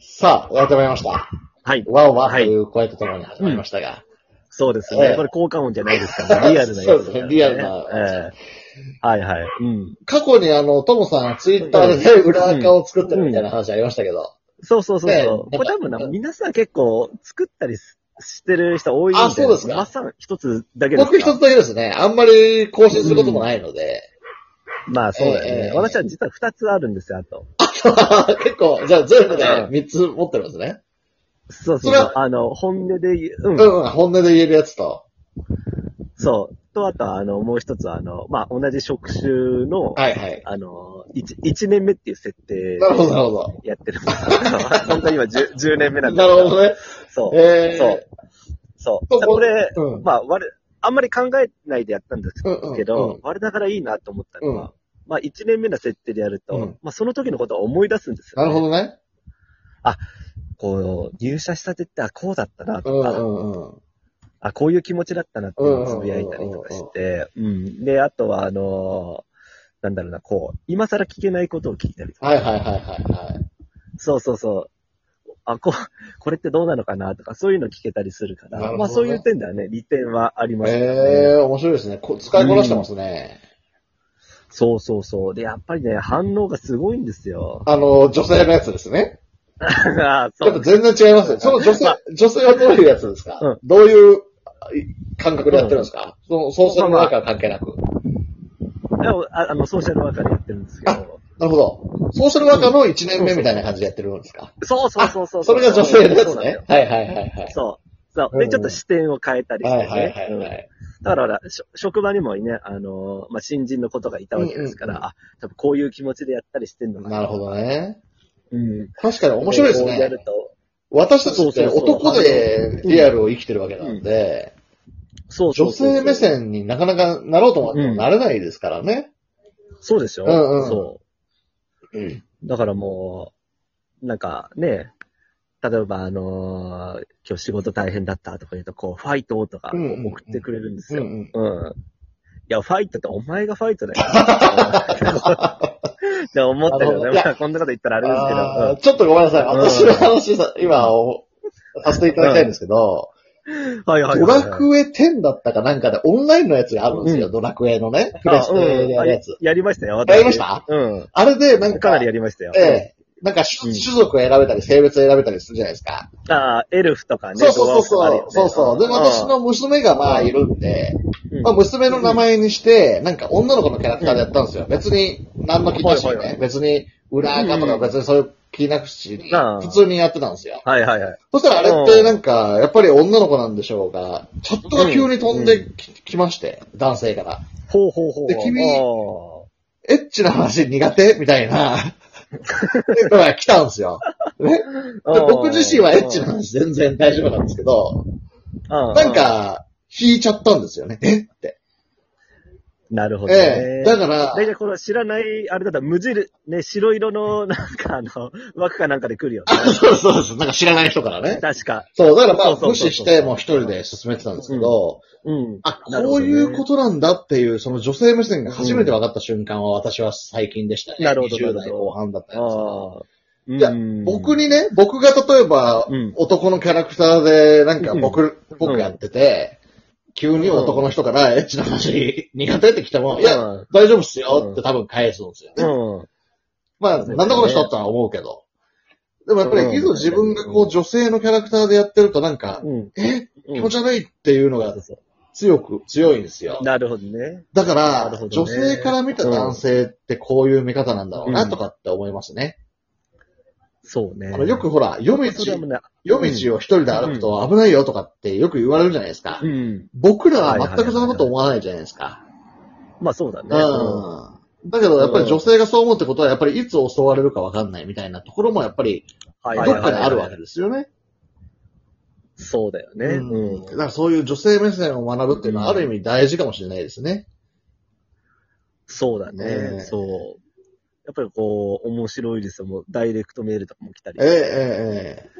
さあ、終わってまいりました。はい。ワンワンとはいいう声とともに始まりましたが。そうですえね。えこれ効果音じゃないです から、ね、リアルなやつ、そうですねリアルなええはいはい。うん。過去にあの、トモさんがツイッターでね、裏垢を作ってるみたいな話ありましたけど。そうそうそうねえやっそう。ぱこれ多分な、皆さん結構作ったりすしてる人多いんで。あそうですかマッサン一つだけですか僕一つだけですね、あんまり更新することもないので。 まあそうだよねえ。え私は実は二つあるんですよ、あと。結構、じゃあ全部でうん3つ持ってるんですね。そうそそうれそうは。あの、本音で言うう、うんん、うん、本音で言えるやつと。そう。と、あとは、あの、もう一つは、あの、まあ、同じ職種の、はいはい。あの、一一年目っていう設定でなるほど、なるほやってるんですけど、 本当に今十十年目など。んでなするほどね。そう。えー、そう。そう。そうだからこれ、うんまあ、我々、あんまり考えないでやったんですうんうんうんけど、我ながらいいなと思ったのは、うんまあ、一年目の設定でやると、うんまあ、その時のことを思い出すんですよ、なるほどね。こう、入社したてって、あ、こうだったなうんとうか、んうん。あ、こういう気持ちだったなっていうのをつぶやいたりとかして、うん。で、あとは、あのーなんだろうな、こう、今更聞けないことを聞いたりとか、はいはいはいはいはい。そうそうそう。あ、こう、これってどうなのかなとか、そういうの聞けたりするかなら、るほどねまあそういう点ではね、利点はありますよね。えー、面白いですね。こ使いこなしてますね。そうそうそう。で、やっぱりね、反応がすごいんですよ。 あの、女性のやつですね。あちょっと全然違いますね。その女性、女性はどういうやつですか、うんどういう感覚でやってるんですか、その、ソーシャルワーカー関係なく。でもああの、ソーシャルワーカーでやってるんですけど。なるほど。ソーシャルワーカーの1年目みたいな感じでやってるんですかそうそうそうそう。それが女性のやそうつなんですねよ。。はいはいはいはい。そう。そう。うで、んちょっと視点を変えたりしはていはいはね。いうんはい。だからほら、しょ職場にもね、あのー、まあ、新人のことがいたわけですかうんうんら、あ、多分こういう気持ちでやったりしてんのかなるほどね。うん。確かに面白いですこうやるね。と。私たちってそうそうそう男でリアルを生きてるわけなんで、そうそう女そう性目線になかなかなろうと思ってもうんなれないですからね。そうでしょうんうんそう。うん。だからもう、なんかね、例えばあのー今日仕事大変だったとか言うと、こう、ファイトとかこうんうんうんう送ってくれるんですうんよ。うん。うん。いや、ファイトってお前がファイトだよ。 って思ったけどなるほどね。いやまあ、こんなこと言ったらあれですけど。うあーんちょっとごめんなさい。うん私の話さ、今お、させていただきたいんですけど、はいはいドはいはい。ラクエ10だったかなんかでオンラインのやつがあるんですよ。うドラクエのね。プレステでやあるやつ。やりましたよ。私やりましたうあれで、なんん。か、かなりやりましたよ。ええなんか種うん種族を選べたり、性別を選べたりするじゃないですか。ああ、エルフとかね。そうそうそうドそう、ワーフとかあるよねそうそう。で、私、の娘がまあいるんで、うんまあ娘の名前にして、なんか女の子のキャラクターでやったんですよ。別に、何の気なしにはいはいはねい、別に裏垢とかうん別にそういう気なくしに、ああ普通にやってたんですよ。はいはいはい。そしたらあれってなんか、やっぱり女の子なんでしょうが、チャットが急に飛んでき,、まして、男性から。ほうほうほう。で君あーエッチな話苦手みたいな。だから来たんですよ。で僕自身はエッチな話全然大丈夫なんですけど、ななん、か、引いちゃったんですよね。えって。なるほど、ね。ええ。だから、大体この知らない、あれだったら無印、ね、白色の、なんか あの、枠かなんかで来るよね。あそうそうそう、なんか知らない人からね。確か。そう、だからまあ、そうそうそう無そう視してもう一人で進めてたんですけど、うん。あ、なるこほうどねいうことなんだっていう、その女性目線が初めて分かった瞬間は私は最近でしたね。なるほど20な代るほ後ど半だったんですけど。ああ。いいや僕、にね、僕が例えばうん、男のキャラクターで、なんか僕、う僕んやってて、急に男の人からエッチな話苦手って来ても、うんいや、大丈夫っすよって多分返すんですよね。うん。まあ、そうですねなんだこの人とは思うけど。でもやっぱうんり、いざ自分がこう女性のキャラクターでやってるとなんか、うん。え気気持ち悪いっていうのが強く、強いんですよ。なるほどね。だかなるら、ほど女ね性から見た男性ってこういう見方なんだろううなんとかって思いますね。そうねあの。よくほら、夜それ道も、ね、夜道を一人で歩くと危ないよとかってよく言われるじゃないですかう。ん。僕らは全くそんなこと思わないじゃないですか。まあそうだね。うん。だけどやっぱり女性がそう思うってことは、やっぱりいつ襲われるかわかんないみたいなところもやっぱりはいどはっいはいかにあるわけですよね。そうだよね。うんだうん。からそういう女性目線を学ぶっていうのはあうんる意味大事かもしれないですね。そうだええね。そう。やっぱりこう、面白いですよ。もう、ダイレクトメールとかも来たりえええええ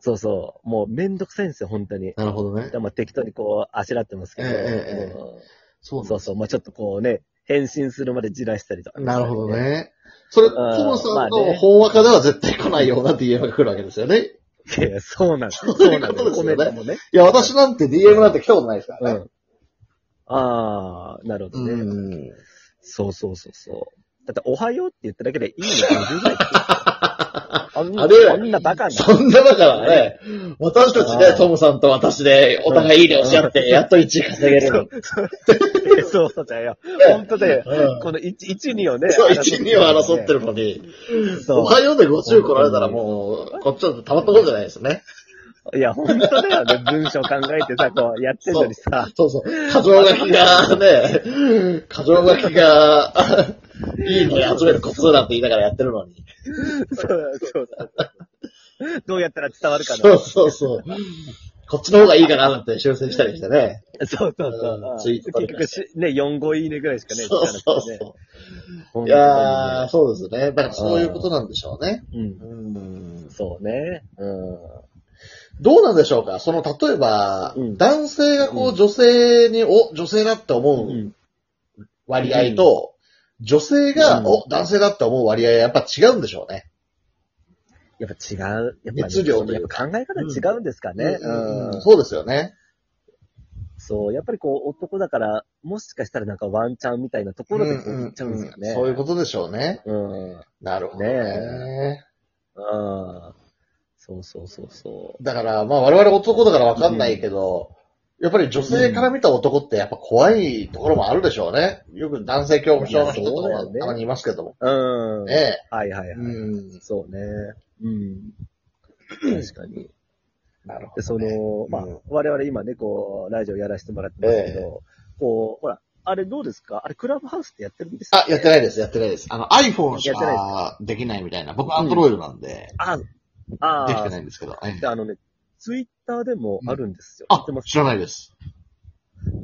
そうそう。もうめんどくさいんですよ、本当に。えなるほどね。でまあ適当にこう、あしらってますけど。ええええうんそうそうそう。まあちょっとこうね、返信するまでじらしたりとか、なるほど。ね。それ、んトムさんまあのね本若では絶対来ないような DM が来るわけですよね。いやいや、そうなんです。そ うそういうなこんでとですす。コよメねントもね。いや、私なんて DM なんて来たことないですかうらね。ん。ああ、なるほどね。うん。そうそうそうそう。だって、おはようって言っただけでいいの50代 って言ってる。あんあれな、あんなバカな。そんなだからね、私たちあで、ートムさんと私で、お互いいいねをし合って、やっと1位稼げるの。そう そうだよ。本当だよ。うんこの1、1、2をね。そう、1、2は争ってるのに、る。おそはようで50来られたらもう、こっちはたまったことじゃないですね。う。いや、本当だよね。文章考えてさ、こう、やってんのにさ。そうそう。過剰書きがね、過剰書きが、いいね集めるコツなんて言いながらやってるのに。そうそうそう。どうやったら伝わるかな。そうそうそう。 こっちの方がいいかななんて修正したりしてね。そうそううそんう。ツイートとか結局し、ね、4、5いいねぐらいしかね、そうそうつかなくてねそ本当う。いにねやー、そうですね。だからそういうことなんでしょうね。うん。うんそうね。うん。どうなんでしょうかその、例えば、うん男性がこううん女性に、お、女性だって思う。うん割合と、女性が、うんお、男性だって思う割合はやっぱ違うんでしょうね。やっぱ違う。やっぱ、熱量というやっぱ考え方違うんですかね。うんうんそうですよね。そう、やっぱりこう男だから、もしかしたらなんかワンチャンみたいなところでこう言っちゃうんですかね。うんうんうんそういうことでしょうね。と。うん。なるほどねね。ああ。そうそうそうそう。だから、まあ我々男だからわかんないけど、やっぱり女性から見た男ってやっぱ怖いところもあるでしょうね。よく男性恐怖症の人とかいやそうだよもねたまにいますけども。うん。はいねはいはい。え。うん。そうね。うん。確かに。なるほで、その、まあうん、我々今ね、こう、ラジオやらせてもらってますけど、えこう、ほら、あれどうですかあれ、クラブハウスってやってるんですかあ、やってないです、やってないです。あの iPhone しやってないでかできないみたいな。僕 Android なんで、あ、あできてないあ、んですけど。ええであのね、ツイッターでもあるんですよ。知あってま、す知らないです。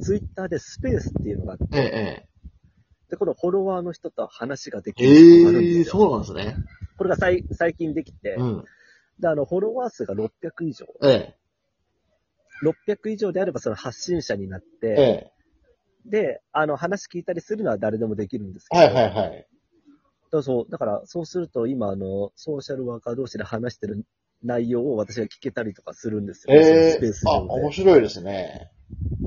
ツイッターでスペースっていうのがあって、ええ、で、このフォロワーの人と話ができええ。るっていうのがあるんえでえ、すよ。そうなんですね。これがさい最近できて、うん。で、あの、フォロワー数が600以上。ええ、 600以上であればその発信者になっええ。て、で、あの、話聞いたりするのは誰でもできるんですけど、はいはいはい。だからそう、だから、そうすると、今、あの、ソーシャルワーカー同士で話してる内容を私が聞けたりとかするんですよ、えそえのスペースあ、上面で。白いですね。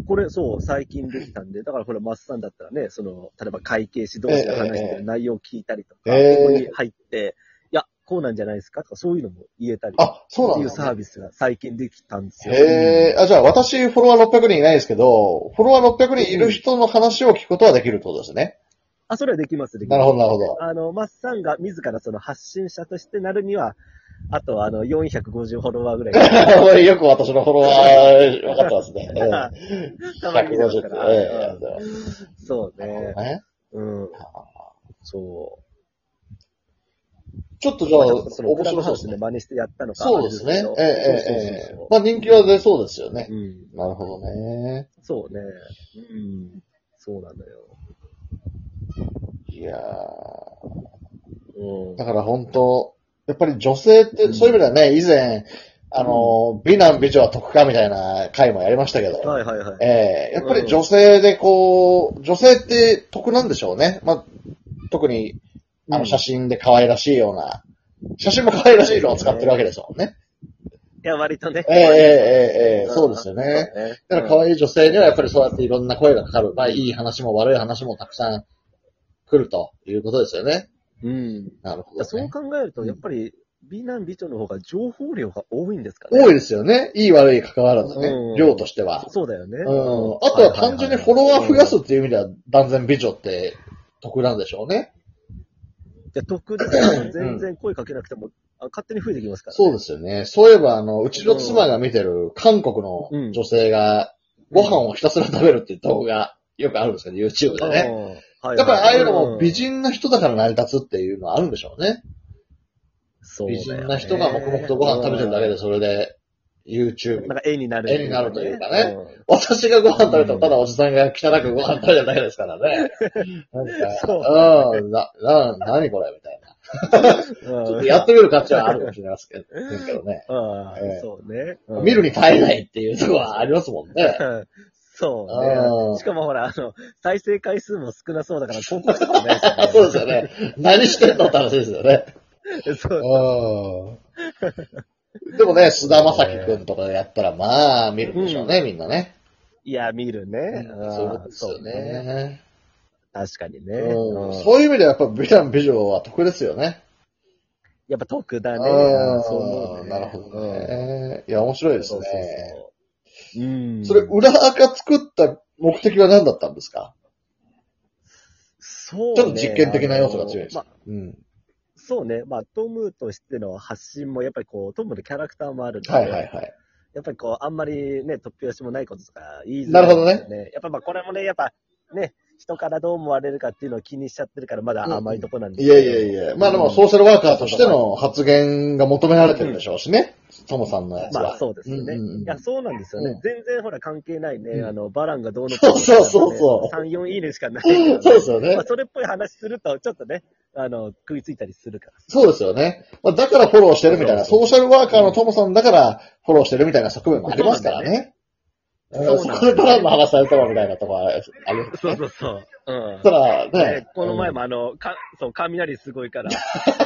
これ、そう、最近できたんで、だから、ほら、マスさんだったらね、その、例えば会計士同士で話してる内容を聞いたりとか、ええここに入って、いや、こうなんじゃないですかとか、そういうのも言えたりとかあ、そうっなてんでいうすサービスが最近できたんですよ。へえ、あ、じゃあ私、フォロワー600人いないですけど、フォロワー600人いる人の話を聞くことはできるってことですね。あ、それはできます、できなまるす。ほど、なるほ ど。あの、マッサンが自らその発信者としてなるには、あとはあの、450フォロワーぐらい。よく私のフォロワー、分かってますね。 ええ たまに見てますか150ええあらりがとう。ございますそうなるねほ。どね。うん。そちょっとう。じゃあ、まあちょっとその面白クそラブハうウでスすでね。真似してやったのか。そうですね。ええ、ええ、えそうそうえそう。まあ人気は出そうですよね。うん。なるほどね。そうね。うん。そうなんだよ。いやうんー。だ。から本当、やっぱり女性って、そういう意味ではね、以前、あの、美男美女は得かみたいな回もやりましたけど。はいはいはい。ええやっぱり女性でこう、女性って得なんでしょうね。まあ、特に、あうのん写真で可愛らしいような、写真も可愛らしいのを使ってるわけですもんね。いや、割とね。ええええええええそうですよね。そうね。だから可愛い女性にはやっぱりそうやっていろんな声がかかる。まあ、いい話も悪い話もたくさん来るということですよね。うん。なるほど、だからそうね。考えると、やっぱり、美男美女の方が情報量が多いんですかね。多いですよね。いい悪い関わらずねうん。量としては。そうだよね。うん。あとは単純にフォロワー増やすっていう意味では断然美女って得なんでしょうね。じゃ得だから全然声かけなくても、あ勝手に増えてきますから、。そうですすよね。そういえば、あの、うちの妻が見てる韓国の女性が、ご飯をひたすら食べるっていう動画、よくあるんですけど、YouTube でね。ね。はいはいやっぱりああいうのも美人な人だから成り立つっていうのはあるんでしょうね。そうだよ美ね人な人が黙々とご飯食べてるだけで、それで、YouTube な。んか絵になる。絵になるというかね。私がご飯食べたらただおじさんが汚くご飯食べてるだけですからね。そうなんか、うん、な、な、なにこれみたいな。うん。ちょっとやってみる価値はあるかもしれませんけどね。うんええそうね。見るに耐えないっていうところはありますもんね。うんそううね。んしかもほら、あの、再生回数も少なそうだから、広告とかもないですよあ そうですよ ね。何してんのって話ですよね。そう。うん。でもね、菅田将暉くんとかやったら、まあ、見るでしょうね、みんなね。いや、見るね。あーそういうことですよ。そうね。確かにね。うんうんそういう意味ではやっぱ美男美女は得ですよね。やっぱ得だうね。んうんそう思うねなるほどうんね。いや、面白いですそうそうね。そう。うん。それ、裏垢作った目的は何だったんですかそうね、ちょっと実験的な要素が強いですあのまあ、うん。そうね。まあ、トムとしての発信も、やっぱりこう、トムのキャラクターもあるので、はいはいはい。やっぱりこう、あんまりね、突拍子もないこととか言いづならるいほどねですよね。やっぱまあ、これもね、やっぱ、ね、人からどう思われるかっていうのを気にしちゃってるから、まだ甘いとこなんですいけどやいやいや。まあでも、ソーシャルワーカーとしての発言が求められてるでしょうしね。トムさんのやつは。まあそうですよね。うんうんうんいや、そうなんですよね。うん全然ほら関係ないね。うんあの、バランがどうのそうそうそうそう3、4いいねしかないからねそうですよねまあ、。それっぽい話すると、ちょっとね、あの、食いついたりするから。そうですよね。まあ、だからフォローしてるみたいな、ソーシャルワーカーのトムさんだからフォローしてるみたいな側面もありますからね。そううんなんだよねそこでトランの話されたわみたいなとこはある。そうそうそう。うんた。らねね、この前もあの、か、そう、雷すごいから、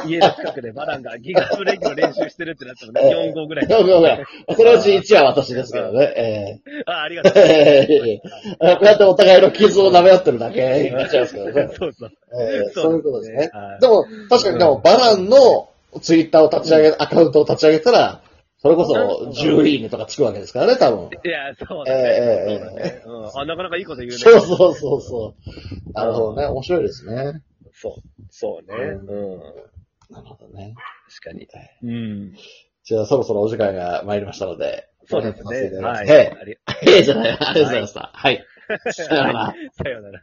家の近くでバランがギガブレーキの練習してるってなったのね、ええ4号ぐらい。 4号ぐらい。そのうち1は私ですけどね。あ、あり がえとーう。えーこうやってお互いの傷を舐め合ってるだけになっちゃうんですけどね。そうそう。えーそういうことですね。はいでも、確かにでも、バランのツイッターを立ち上げ、アカウントを立ち上げたら、それこそ10いいねとかつくわけですからね、多分。いや、そえうだね。そうだええええね。うん。あ、なかなかいいこと言うね。そうそうそうそう。なるほどね。面白いですね。そう。そうね。うん。なるほどね。確かに。うん。じゃあそろそろお時間が参りましたので。そうですね。ははいい。ます。ありえ え、ええじゃない。ありがとうございました。はい。さようなら。さようなら。